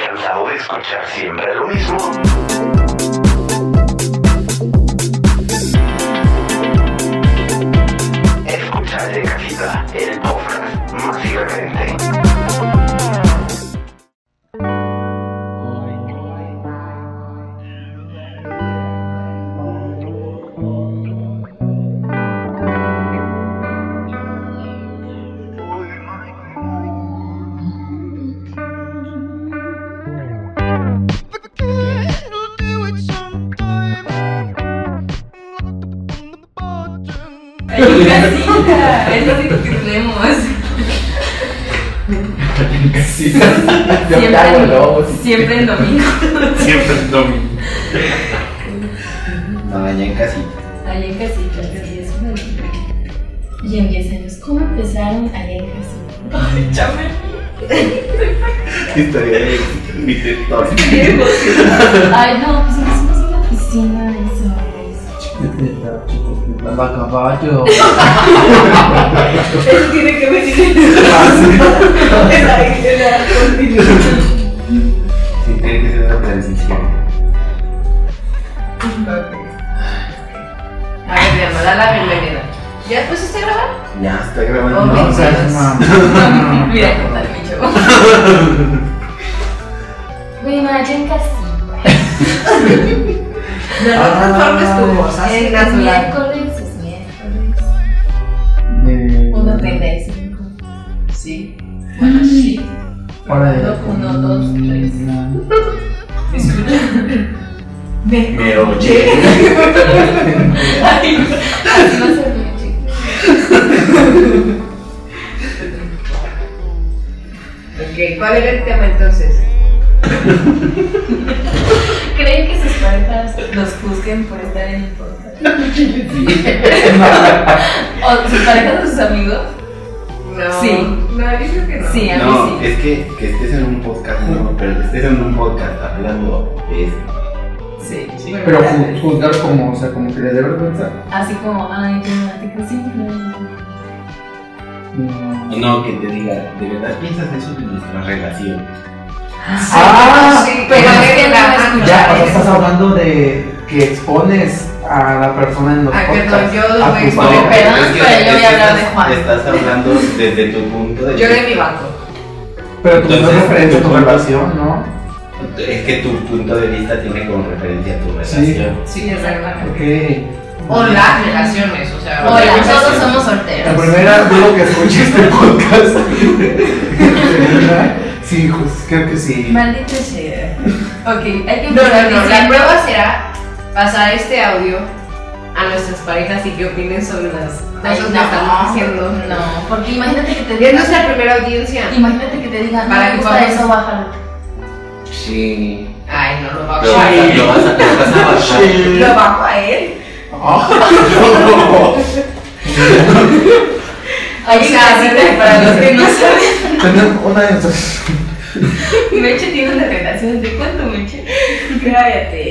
cansado de escuchar siempre lo mismo? Escucha de casita, el podcast más irreverente. En casita, es lo único que tenemos. Siempre, en, siempre en domingo. Siempre es domingo. Mañana en casita. Allá en casita, así es una locura. Y en 10 años, ¿cómo empezaron allá en casa? Historia de éxito. Ay, no, pues empezamos en la oficina de eso. caballo. Eso tiene que venir Ah, en la, en la continuación. Sí, tiene que ser una transición. A ver, mi amor, da la bienvenida. ¿Ya pues, pusiste a grabar? Ya está Ok, grabando. sí, seas pues. mamá. Mira qué tal, mi chavo. Bueno, allá en casita. No, no conformes tu voz, así Eh, Los natural. miércoles, los miércoles. De- 1.35. Sí. Bueno, sí. Hora de. Uno, dos, tres. Disculpa. Me oye. Ay, no. Así va a ser mi chico. Ok, ¿cuál era el tema entonces? ¿Creen que sus parejas Los juzguen por estar en el podcast. o sus parejas o sus amigos? No. No, yo creo que no. Sí, a mí No, eh. sí. es que, que estés en un podcast, no, pero que estés en un podcast hablando es. Sí, sí. Pero ju- juzgar como, o sea, como que le dé vergüenza. Así como, ay, yo no te consigo. No. No, que te diga, ¿de verdad piensas eso de nuestra relación? Ah, sí, pero es que la escuchar Ya, o sea, estás hablando de que expones a la persona en los Ah, que no, podcasts. yo lo a voy a tus exponer, amigos. pero- perdón, es que- pero yo voy a es que hablar de estás- Juan. Estás hablando desde tu punto de Yo de mi banco. Pero tú no Entonces, referencia a tu tú- relación, ¿no? Es que tu punto de vista tiene como referencia a tu Sí. relación. Sí, exactamente. Ok. La O las relaciones, o sea. Hola, relaciones. todos somos solteros. primera dudo que escuché este podcast. sí, pues creo que sí. Maldita sea. Ok, hay que empezar No, no, no. La diciendo- prueba será pasar este audio a nuestras parejas y que opinen sobre las Ay, cosas que no, estamos haciendo. No, porque imagínate que te Ya es digan. nuestra primera audiencia. Imagínate que te digan, Para no me que gusta podamos- eso, bájalo. Sí. Ay, no, lo Lo bajo a vas a, él. lo vas a, lo vas a bajar. Lo bajo a él. Ah, O sea, así que para los que no saben, no. Tenemos una de nuestras. Meche tiene una relación. ¿De cuánto, Meche? Cállate.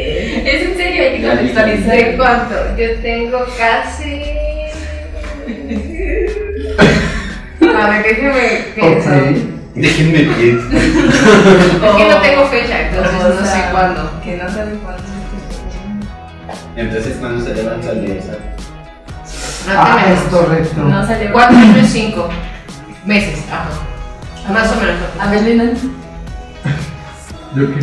Es en serio, hay que Ya dije. ¿De contextualizar. cuánto? Yo tengo casi. A ver, déjeme pienso. Ok. Déjenme pienso. Es que no tengo fecha, entonces O no sé sea, cuándo. Que no sabe cuándo. Entonces, ¿cuándo se levanta el día? No Ah, tenemos. esto recto. No salió. Cuatro años, cinco meses. Ajá. Más o menos. A ver, Lina, ¿Yo qué?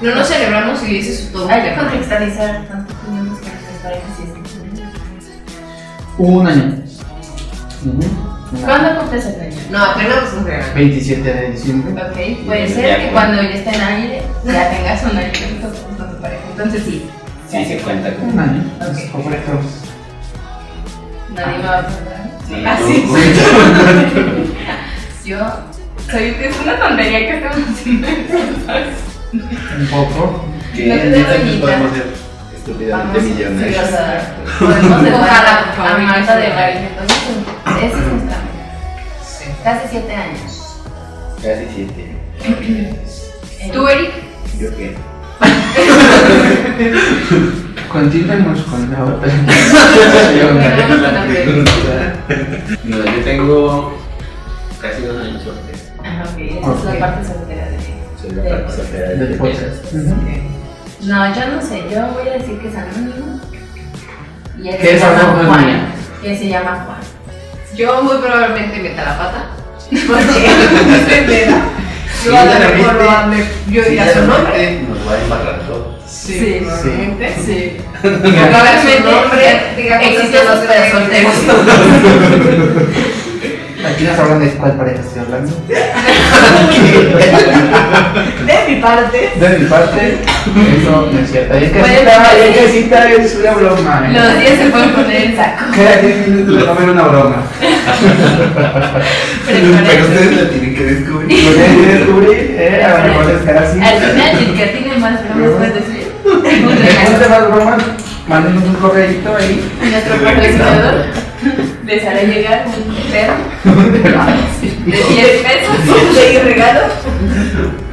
No nos celebramos y dices su todo. hay que contextualizar tanto que no nos queremos parejas y Un año. así. ¿Cuándo cumples el año? No, apenas nos celebramos. 27 de diciembre. Ok, puede ser que cuando ya esté en aire, ya tengas un año con- con tu pareja. Entonces sí, Sí, se cuenta Un con. año. Ok. Es correcto. nadie me va a contar. Sí, Ah, tú- sí. Yo soy, es una tontería que estamos haciendo. Un poco. que No te entonces doy podemos ser estúpidamente millonarios. Podemos Ojalá, dejar por a, favor, a Marta de sí. Baile. Entonces, ese es nuestro amigo. Sí. Casi siete años. Casi siete. ¿Tú, Eric? ¿Yo qué? Continuemos con la otra. Perdón, la no te- pregunta. No, yo tengo casi dos años soltero. Ajá, ok. Esa es Ok. la parte soltera de mí. Sí. sería otra cosa que era del el podcast. No, yo no sé, yo voy a decir que es anónimo. Y él ¿Qué se es llama anónimo? Juan. Y él se llama Juan. Yo muy probablemente meta la pata. Porque no se me da. Si Yo a ya lo la mejor viste, lo ande- Yo Si diría ya su lo nombre. viste, Nos va a embarrar todos. Sí, probablemente. Sí. Que acaba su Probablemente nombre. digamos, Existen no los se tres ve. solteros. Aquí nos hablan de cuál pareja estoy hablando. De mi parte. De mi parte, eso no es cierto. Es que Bueno, cita, sí. es que cita es una broma. ¿eh? Los días se pueden poner en saco. Cada 10 minutos le comen una broma. Pero ustedes la tienen que Lo descubrir. tienen que descubrir, eh, a lo mejor es que así. Al final, el que tiene más bromas puede decir. Un ¿Les regalo. gusta más bromas? Mándenos un correíto ahí. Y nuestro patrocinador les hará llegar un perro de 10 pesos. ¿Te regalo?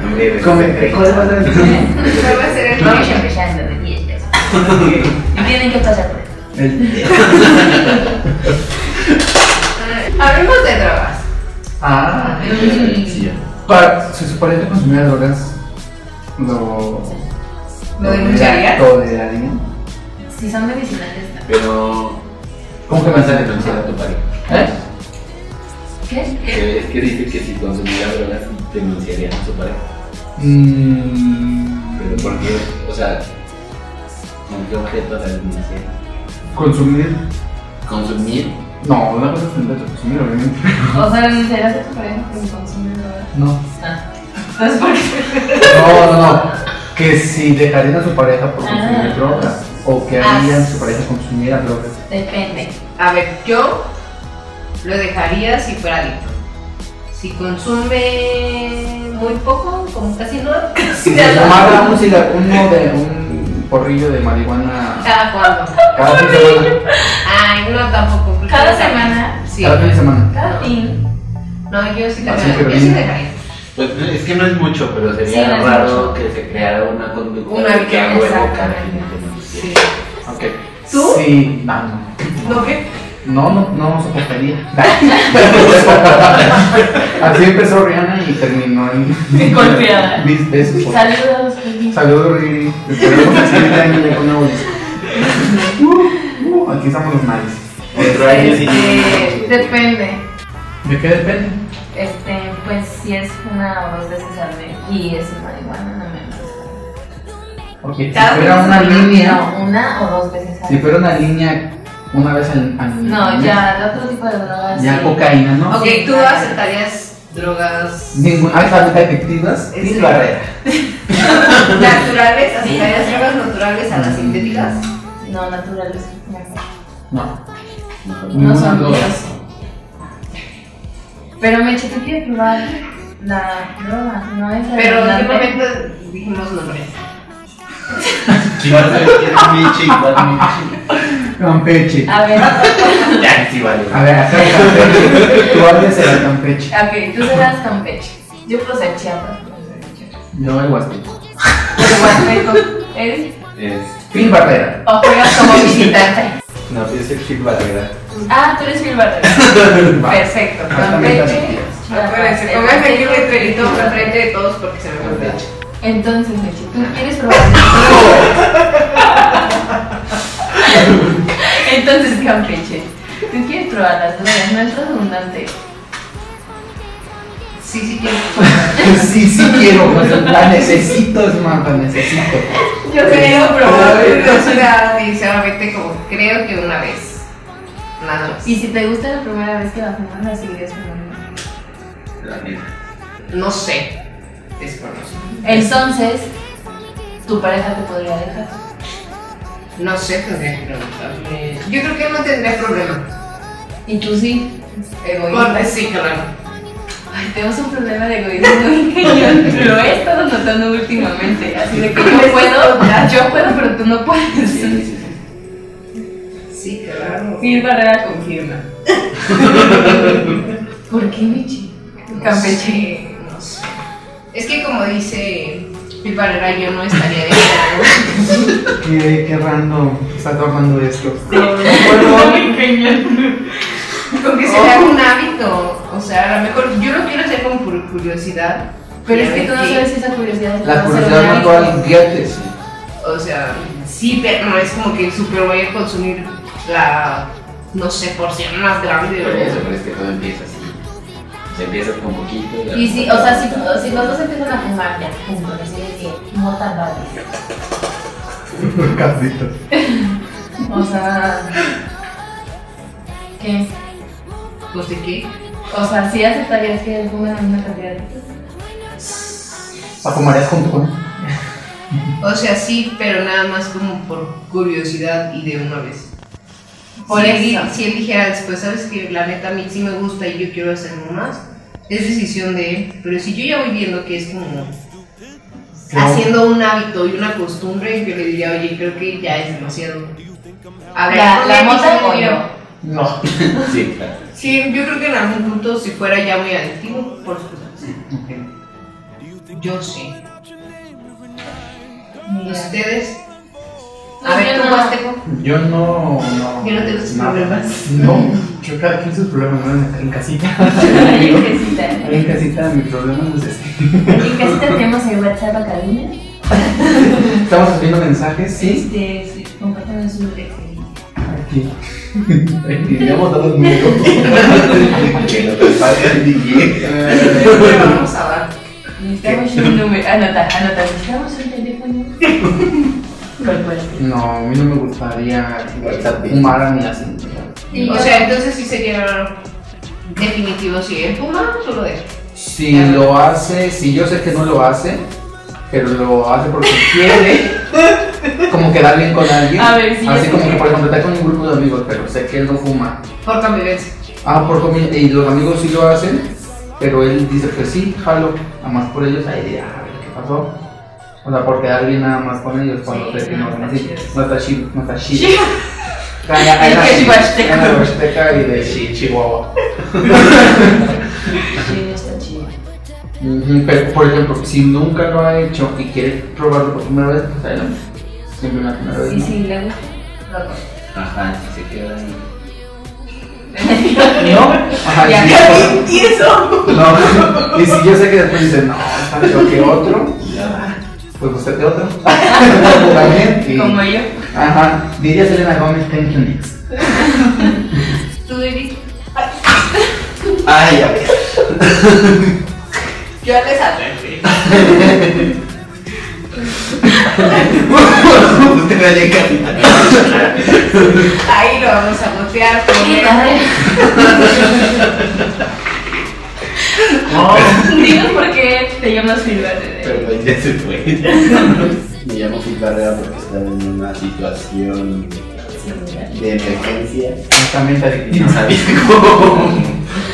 Hombre, Comente, eh, ¿cuál va a ser el- ¿Cuál va a ser el Vamos nombre? a empezar de 10 pesos. Y tienen que pasar por eso. el- Hablemos de drogas. Ah, Sí, para, si su pareja consumía drogas, lo. ¿Lo denunciaría? ¿Lo denunciaría? Si son medicinales, no. Pero. ¿Cómo que vas a mandan denunciar a tu pareja? ¿Eh? ¿Qué? Que Es que dice que si consumiera drogas denunciarían a su pareja. Mm, Pero ¿por qué? O sea, ¿con qué objeto la denunciaría? ¿Consumir? ¿Consumir? No, una cosa es tener que consumir, obviamente. O sea, ¿no serás de tu pareja que consume drogas? No. Entonces, ¿por qué? No, no, no. Que si dejarían a su pareja por consumir Ah. drogas o que Ah. harían su pareja consumir drogas. Depende. A ver, yo lo dejaría si fuera adicto. Si consume muy poco, como casi no, casi nada. Fumar un cigarro, uno de un porrillo de marihuana Cada cuando. cada fin de semana. Ay, no, tampoco. porque- Cada semana, Sí. Cada fin de semana. cada fin. No, yo sí Así dejaría. que Yo sí bien. dejaría. Pues es que no es mucho, pero Sí, no sería es raro mucho. que se creara una conducta Una que a adicción, huevo exacto. cada quien denuncia. Sí. Ok. ¿Tú? Sí. Ah, no. ¿No qué? No, no, no soportaría. Así empezó Rihanna y terminó en. Golpeada. Mis besos. Saludos. Kiki. Saludos, Riri. Esperemos que siguiente año ya con nuevo disco. Uh, uh, aquí estamos los males. Otro año sí. Este, depende. ¿De qué depende? Este, pues si es una o dos veces al mes y es marihuana, no me gusta. Porque si Cada fuera vez una es línea, No, una o dos veces al si mes. fuera una línea una vez al, al No, ya, de otro tipo de drogas. Ya sí. cocaína, ¿no? Ok, Sí. ¿tú aceptarías drogas Ninguna. Hay falta efectivas y Sí. barrera. naturales? ¿Aceptarías drogas naturales a Mm. las sintéticas? No, naturales. no. No. No Ninguna son droga. míos. Pero me eché, tú quieres probar la droga, no es la Pero la- últimamente dijimos nombres. Si vas a decir Michi, vas Michi. Campeche. A ver, Ya, sí, vale. A ver, acá el Campeche. Tú hables el Campeche. ok, tú serás Campeche. Yo puedo ser Chiapas. puedo ser Chiapas. Yo el Huasteco. Pero Guanajuato, eres Es- Phil Barrera. o juegas como visitante. No, es el Phil Barrera. Ah, tú eres Phil Barrera. Perfecto, Ah. Campeche. Chiapas, Acuérdense, eres pónganse aquí un Chiapas. letrerito frente de todos porque se me fue el pecho. Entonces, Meche, ¿tú quieres probar? Entonces, Campeche, ¿tú quieres probar las drogas? No es redundante. Sí, sí, quiero. Sí, sí quiero. pues, La necesito, es más, la necesito. Yo creo, probablemente. O sea, sinceramente, como creo que una vez. Nada más. Y si te gusta la primera vez que la fumas, la sigues fumando. La neta. No sé. Desconozco. Entonces, tu pareja te podría dejar. No sé, tendría que preguntarle. Yo creo que no tendría problema. Y tú sí, egoísta. Porque sí, claro. Ay, tenemos un problema de egoísmo muy cañón. Lo he estado notando últimamente. Así de que yo puedo, yo puedo, pero tú no Sí, puedes. sí, sí. Sí, claro. Phil Barrera confirma. ¿Por qué, Michi? Campeche. Campeche. No sé. Es que como dice mi Barrera, yo no estaría de acuerdo. Qué, qué random está tomando esto. Con que se le haga un hábito. O sea, a lo mejor yo lo quiero hacer como por curiosidad. Pero es que Ya tú no ves que- sabes si esa curiosidad es La curiosidad mató al guiate, sí. O sea, sí, pero no es como que super voy a consumir la, no sé, porción más grande Pero eso, o pero es que todo empieza así. O sea, empiezas con poquito. ya Y si, o sea, si, poquito. si los dos empiezan a fumar ya, punto, así de que no tan vale. Casito. O sea. ¿Qué? no sé qué. O sea, si aceptarías que él fume la misma cantidad. ¿La fumarías junto con él? O sea, sí, pero nada más como por curiosidad y de una vez. Por Sí, él, di- exacto. si él dijera después, sabes que la neta a mí sí me gusta y yo quiero hacerlo más, es decisión de él. Pero si yo ya voy viendo que es como Claro. haciendo un hábito y una costumbre, yo le diría, oye, creo que ya es demasiado. Hablar La, con la él y mota como o yo. yo. No. Sí, claro. Sí, yo creo que en algún punto si fuera ya muy adictivo, por supuesto. Yo sí. ¿Ustedes? A No, ver, yo tú, no. Huasteco. Yo no. no Yo no tengo sus nada. problemas. No, yo cada quien sus problemas, ¿no? En casita. Rinquecita. En casita, mi problema no es este. Rinquecita tenemos el WhatsApp a cabina. Estamos haciendo mensajes, sí. Este, sí, compartan su experiencia. Aquí. Aquí, digamos, todos muy Que lo que pasa es DJ. Eh, Pero vamos a dar. Necesitamos un número. Anota, anota. Necesitamos un teléfono. Corporativo. No, a mí no me gustaría WhatsApp. fumar ni así. Y O yo- sea, entonces sí sería definitivo si él fuma, tú lo dejas. Si lo hace, si yo sé que no lo hace, pero lo hace porque quiere, como quedar bien con alguien. A ver, sí, Así yo como sé que, que- por ejemplo, está con un grupo de amigos, pero sé que él no fuma. Por convivencia. Ah, por comi- y los amigos sí lo hacen, pero él dice que sí, jalo, nada más por ellos, ahí ya, a ver qué pasó. O sea, por quedar bien nada más con ellos cuando Sí, sé que no no, son no así. está chido. No está chido, no está chido. Gana- Es gana- que es huasteco. gana huasteca y de chi- Chihuahua. Sí, está chido. Ujú, Pero, por ejemplo, si nunca lo ha hecho y quiere probarlo por primera vez, pues adelante. Siempre una primera vez. Y ¿no? si le gusta, loco. Ajá, si se queda ahí. ¿No? Ajá, Ya y si- eso. No. Y si yo sé que después dice, no, está peor que otro, pues búscate otro. También. y- Como yo. Ajá. Diría Selena Gómez, thank you next. Tú, David. Ay, a ver. Yo les advertí. Usted me llega. Ahí lo vamos a botear. comer. Dinos por qué te llamas Silvana. Pero pues ya se fue. Me llamo Phil Barrera porque estaba en una situación de emergencia. Exactamente, Y adictivo. no sabía cómo,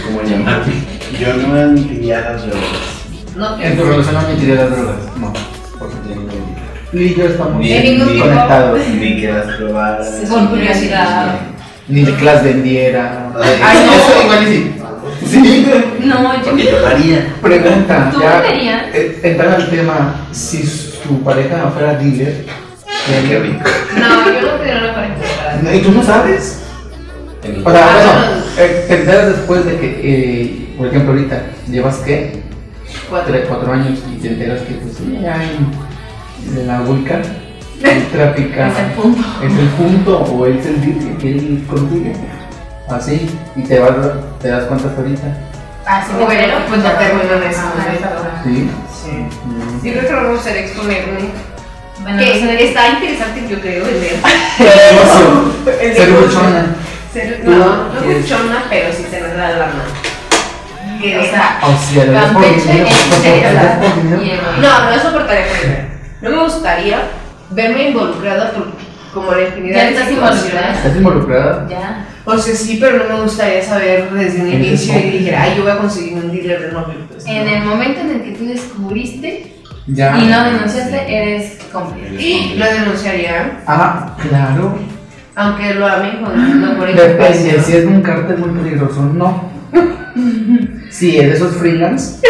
cómo llamarme. Yo no admitía las drogas. No En tu te relación no admitiría las drogas. No, porque ya no lo admití. Tú y yo estamos Ni- De ningún ni- tipo. conectados. Ni que las probara. Por curiosidad. Ni que las vendiera. Ay, Ay, no. Eso igual y sí. Sí. No, yo. Porque yo lo haría. Pregunta, ¿Tú ya volverías? eh, entrar al tema, si su pareja fuera dealer, ¿qué Qué haría? rico. No, yo no tenía una pareja preparada. ¿y tú no sabes? En- O sea, Ah, bueno, no. eh, te enteras después de que, eh, por ejemplo, ahorita llevas qué, Cuatro. tres, cuatro años y te enteras que pues ya en, en la vulca él trafica, Es el punto. es el punto o es el dealer que él consigue, así, y te, vas- te das cuenta hasta ahorita, Ah, sí, Bueno, pues ya terminó en eso. ¿sí? Sí. Mm. Yo creo que lo vamos a exponer. ¿no? Bueno, no sé de Que qué está interesante, yo creo, el de. Negocio. el de- Ah, Ser buchona. Ser- Tú No, no quieres- buchona, pero sí tener la lana. Que Mm, O deja- sea, O sea, lo ves por Campeche, dinero, en lo serio, ves por y dinero. el- No, no soportaría por dinero. No me gustaría verme involucrada por como la infinidad Ya de estás situaciones. involucrada. ¿Estás involucrada? Ya. O sea, sí, pero no me gustaría saber desde un En el inicio y foco. dijera, ay, yo voy a conseguir un dealer de novio. pues, En no. el momento en el que tú descubriste Ya. y no denunciaste, eres cómplice. Y lo denunciaría, Ah, claro. aunque lo ame con no por Depende, equivocación. si es un cartel muy peligroso, no. Si es de esos freelance.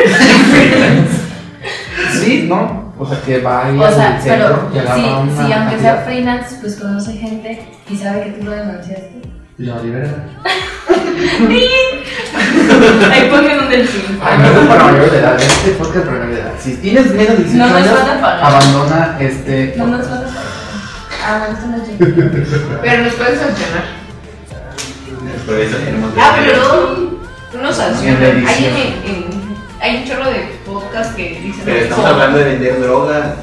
Sí, no. O sea, que va ahí O sea, al centro pero y agarra si, una si aunque sea cantidad. freelance, pues conoce gente y sabe que tú lo denunciaste. Y la libera. Ahí pongan un delfín. Acuerdo para mayor de edad, este podcast para mayor de edad. Si tienes menos de 18 No nos años, van a Ah, pagar. abandona este. No nos van podcast. a Ah, bueno, esto no es delfín. Pero nos pueden sancionar. Por eso tenemos Ah, pero luego nos sancionan. En la Hay, edición. en- en- hay un chorro de podcast que dicen. Pero estamos "Oh, hablando de vender droga.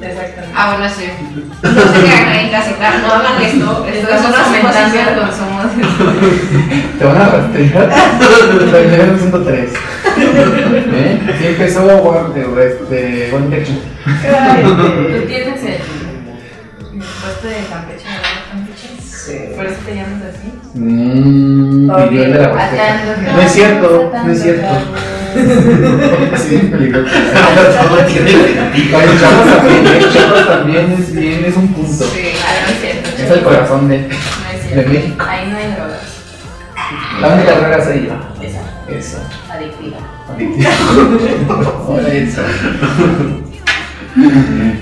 Exactamente. Ah, bueno, sí. No se quedan ahí en caseta, no hagan esto. Esto es una fomentando el suposición. consumo Te van a rastrear. 39.3. ¿Eh? Sí empezó One este, One Direction. de. Tú tienes el. Mi puesto de Campeche, ¿verdad? Campeche. Sí. Por eso te llamas así. Mmm. Video de la Huasteca. Atando No es cierto, cabos, no es cierto. atando Sí, peligroso. Todo tiene sentido. El chavo también, el chavo también es bien, es un punto. Sí. cabos. Ah, no es cierto. Es el corazón de. No es de cierto. México. Ahí no hay drogas. La única droga soy yo. Esa. Eso. Adictiva. Ahora eso.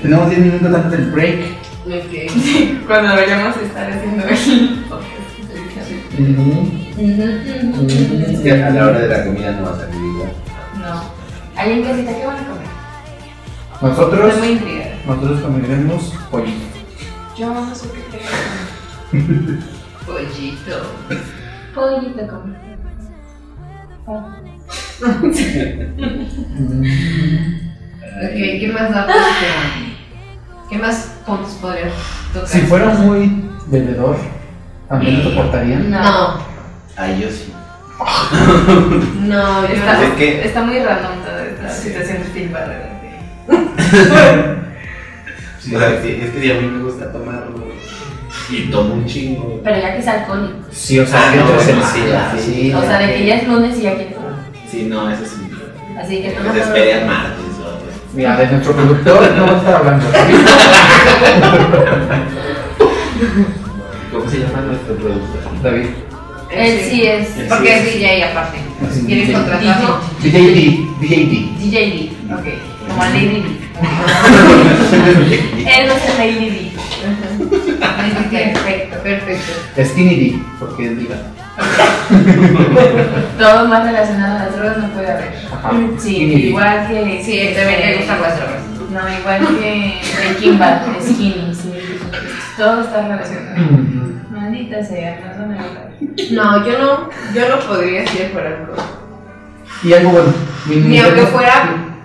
Tenemos 10 minutos antes del break. Ok. Cuando vayamos a estar haciendo el podcast. Es que a la hora de la comida no va a salir igual. No. ¿Alguien que dice qué van a comer? Nosotros, Estoy muy intrigada. nosotros comeremos pollito. Yo no sé qué te comer. Pollito. Pollito con. Ok, ¿qué más datos tengo? ¿Qué más puntos podrían tocar? Si fuera muy bebedor, también lo soportarían. No, Ay, Ah, yo sí. no, yo Está, ¿De qué? está muy random toda esta situación de Steel Barrera. O sea, sí, es que si a mí me gusta tomarlo y tomo un chingo. Pero ya que es alcohólico. Sí, o sea, que entre se semana, sí. O sea, de que ya es lunes y ya que Sí, no, eso sí. Así que Pues esperé al martes o algo así. Mira, de nuestro productor no va a estar hablando. ¿Cómo se llama nuestro productor? David. Él sí es. Porque es DJ aparte. Si quieres contratarlo, DJD, DJD. DJ Lee. Ok. Como a Lady Lee. Él no es el Lady Lee. Perfecto. perfecto. Skinny D, porque es diga. Todo más relacionado a las drogas no puede haber. Ajá. Sí, Skinny D. igual que. Sí, él debería gustar las drogas. No, igual que Breaking Bad, Skinny, sí. Todo está relacionado. Mm, Maldita sea, no, no me gusta. No, yo no, yo no podría ser por algo. Y algo bueno. Ni aunque fuera,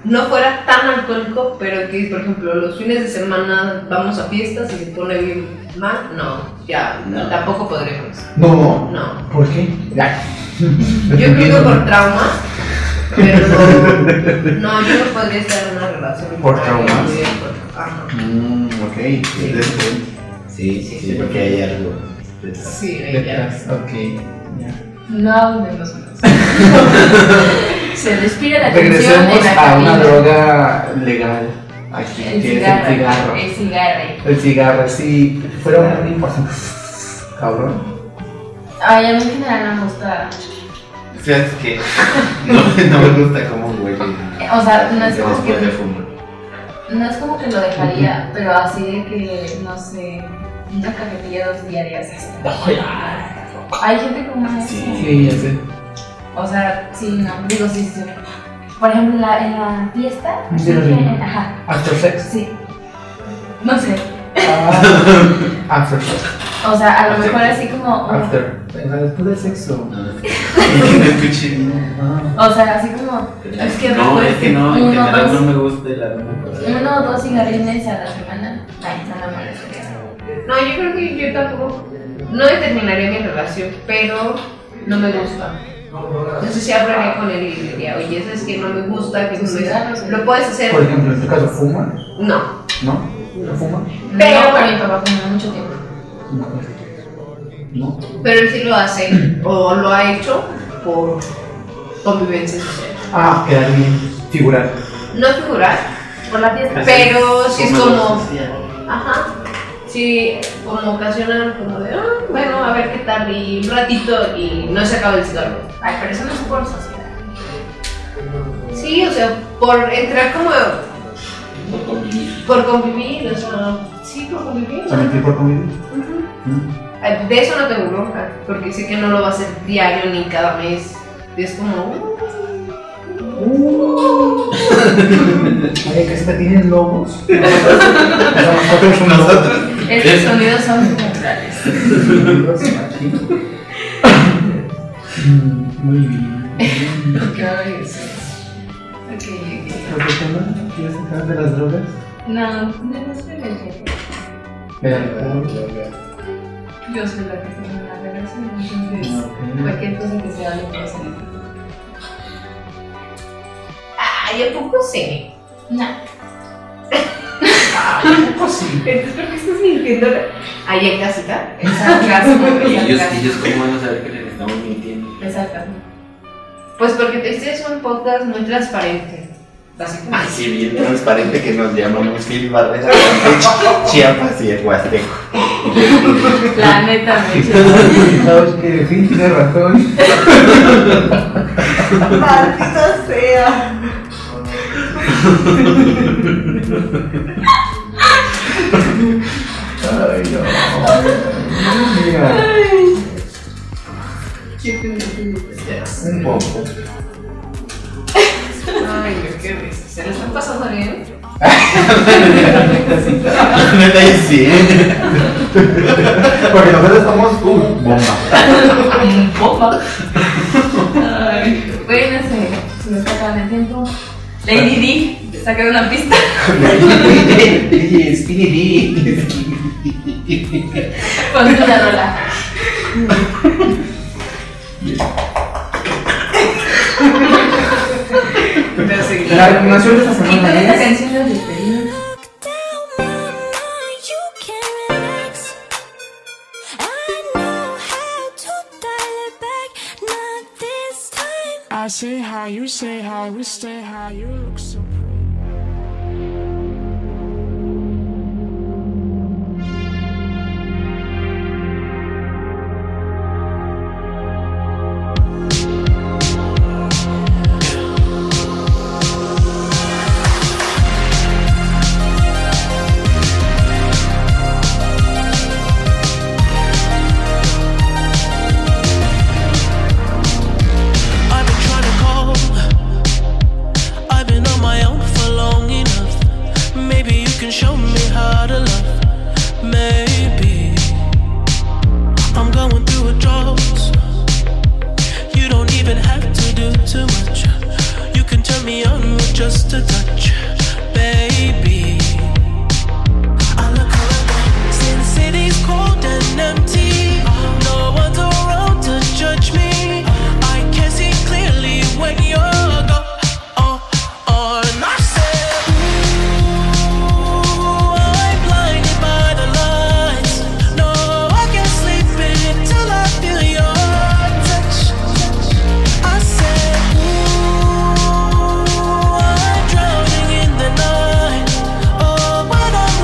no fuera tan alcohólico, pero que, por ejemplo, los fines de semana vamos a fiestas y se pone bien mal, no, ya, No. tampoco podremos. No. No. ¿Por qué? Ya. Yo creo que por traumas, pero no, yo no podría estar en una relación. ¿Por con traumas? alguien por- ajá. Mm, ok. Sí, sí, sí, porque hay algo. detrás. Sí, ya. Detrás, ok. ya. No, no, no. Se despide la atención en Regresemos la a una cabina. droga legal aquí, El que es el cigarro. cigarro. El cigarro. El cigarro, sí, fuera una muy importante. Cabrón. Ay, a mí en general no me gusta. ¿Sabes qué? No, no me gusta cómo huele. O sea, no es como Después que- de fumar. No es como que lo dejaría, pero así de que, no sé, una cafetilla dos diarias. así. Hay gente como eso. Sí, ya sé. O sea, sí, no, digo sí, sí. Por ejemplo, la- en la fiesta, Sí, sí, sí. ajá, After sex. sí. No sé, Ah, after sex. o sea, a lo After. mejor así como, After. O sea, después del sexo. No, es que no escuché bien. Ah. o sea, así como Es que no, es que no, en uno, general no dos. me gusta el aroma. uno o dos cigarrines a la semana. Ay, no, no me molestaría. No, yo creo que yo tampoco, no determinaría mi relación, pero no me gusta. No sé si hablaría con él y le diría, oye, eso es que no me gusta, que no me Lo puedes hacer. Por ejemplo, en tu caso, ¿fuma? No. ¿No? ¿No fuma? Pero- No, pero mi papá fumó mucho tiempo. No. ¿No? Pero él sí lo hace, o lo ha hecho por convivencia social. Ah, quedar bien. Figurar. No figurar, Por la fiesta. pero sí es como. social. Ajá. Sí, como ocasionan como de, ah, bueno, a ver qué tal, y un ratito y no se acaba el cigarro. Ay, pero eso no es por sociedad. Sí, o sea, por entrar como Por convivir. por convivir, o sea, sí, por convivir. ¿Se metió por convivir? Ujú. Mm. Ah, De eso no tengo bronca, porque sé que no lo va a hacer diario ni cada mes. Es como, uh, Oye, que esta tiene lobos. Nosotros somos nosotros. Estos sonidos son naturales. Muy bien. Claro, eso. Ok, ¿Otro tema? ¿Quieres entrar de las drogas? ok. No, no soy el jefe. Yo soy la que está en la relación, entonces cualquier cosa que sea le puedo hacer. ay, ¿a poco sé? No. Entonces, ¿por qué estás mintiendo? Ahí en casita. Es sarcasmo, Y es ellos, sarcasmo. ellos cómo van a saber que les estamos mintiendo. Es sarcasmo. Pues porque este es un podcast muy transparente. Básicamente. Así Ah, bien transparente que nos llamamos Phil Barrera, Chiapas y el Huasteco. La neta, me echa. Sabes que sí, tiene razón. Maldita sea. Ay, no. Mira, Qué pendejo. un poco. Ay, Dios, qué risa. ¿Se le están pasando bien? Neta, y sí. Porque nosotros estamos uh, bomba. Opa. Ay, Bueno, se, se me está acabando el tiempo. Lady D, sacaron una pista. Ponte una rola. La animación de esta ¿Y cuál semana es la es. canción de despedida? down, mama, you can relax. I know how to dial it back, not this time. I say hi, you say hi, we stay high, you look so pretty. I've been trying to call. I've been on my own for long enough. Maybe you can show me how to love. Maybe I'm going through a drought. You don't even have to do too much. You can turn me on with just a touch, baby. I look around. Since city's cold and empty, no one's around to judge me. I can see clearly when you're gone. Oh, I said, Ooh, I'm blinded by the lights. No, I can't sleep until I feel your touch. I said, Ooh, I'm drowning in the Oh, Oh, Oh,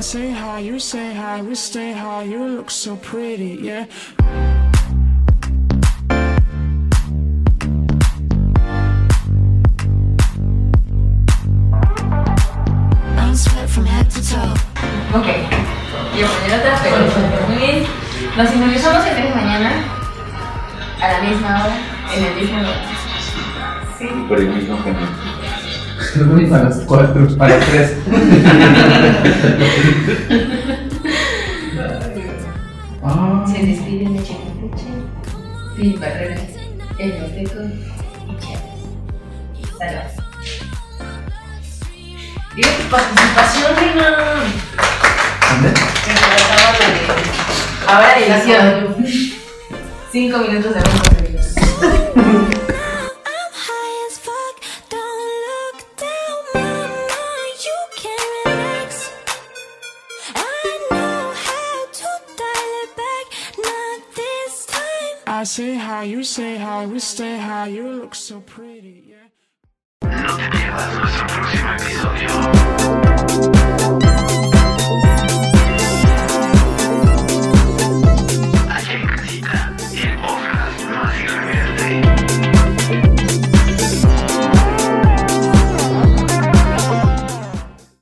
say hi, you say hi, we stay high, you look so pretty, yeah. I'm sweat from head to toe. Ok. Y mañana te espero. Muy bien. Nos sintonizamos el 3 de mañana a la misma hora, en el mismo lugar. Por el mismo canal. A las 4, a las 3. Se despiden de Chacapuche, Phil Barrera, El Norteco y Chávez. Saludos. Dime tu participación, Reina. Que me faltaba la de- Ahora dilación. Cinco minutos de bomba I'm high as fuck, don't look down, mama, you can relax. I know how to dial it back, not this time. I say hi, you say hi, we stay high, you look so pretty, yeah. No te pierdas nuestro próximo episodio.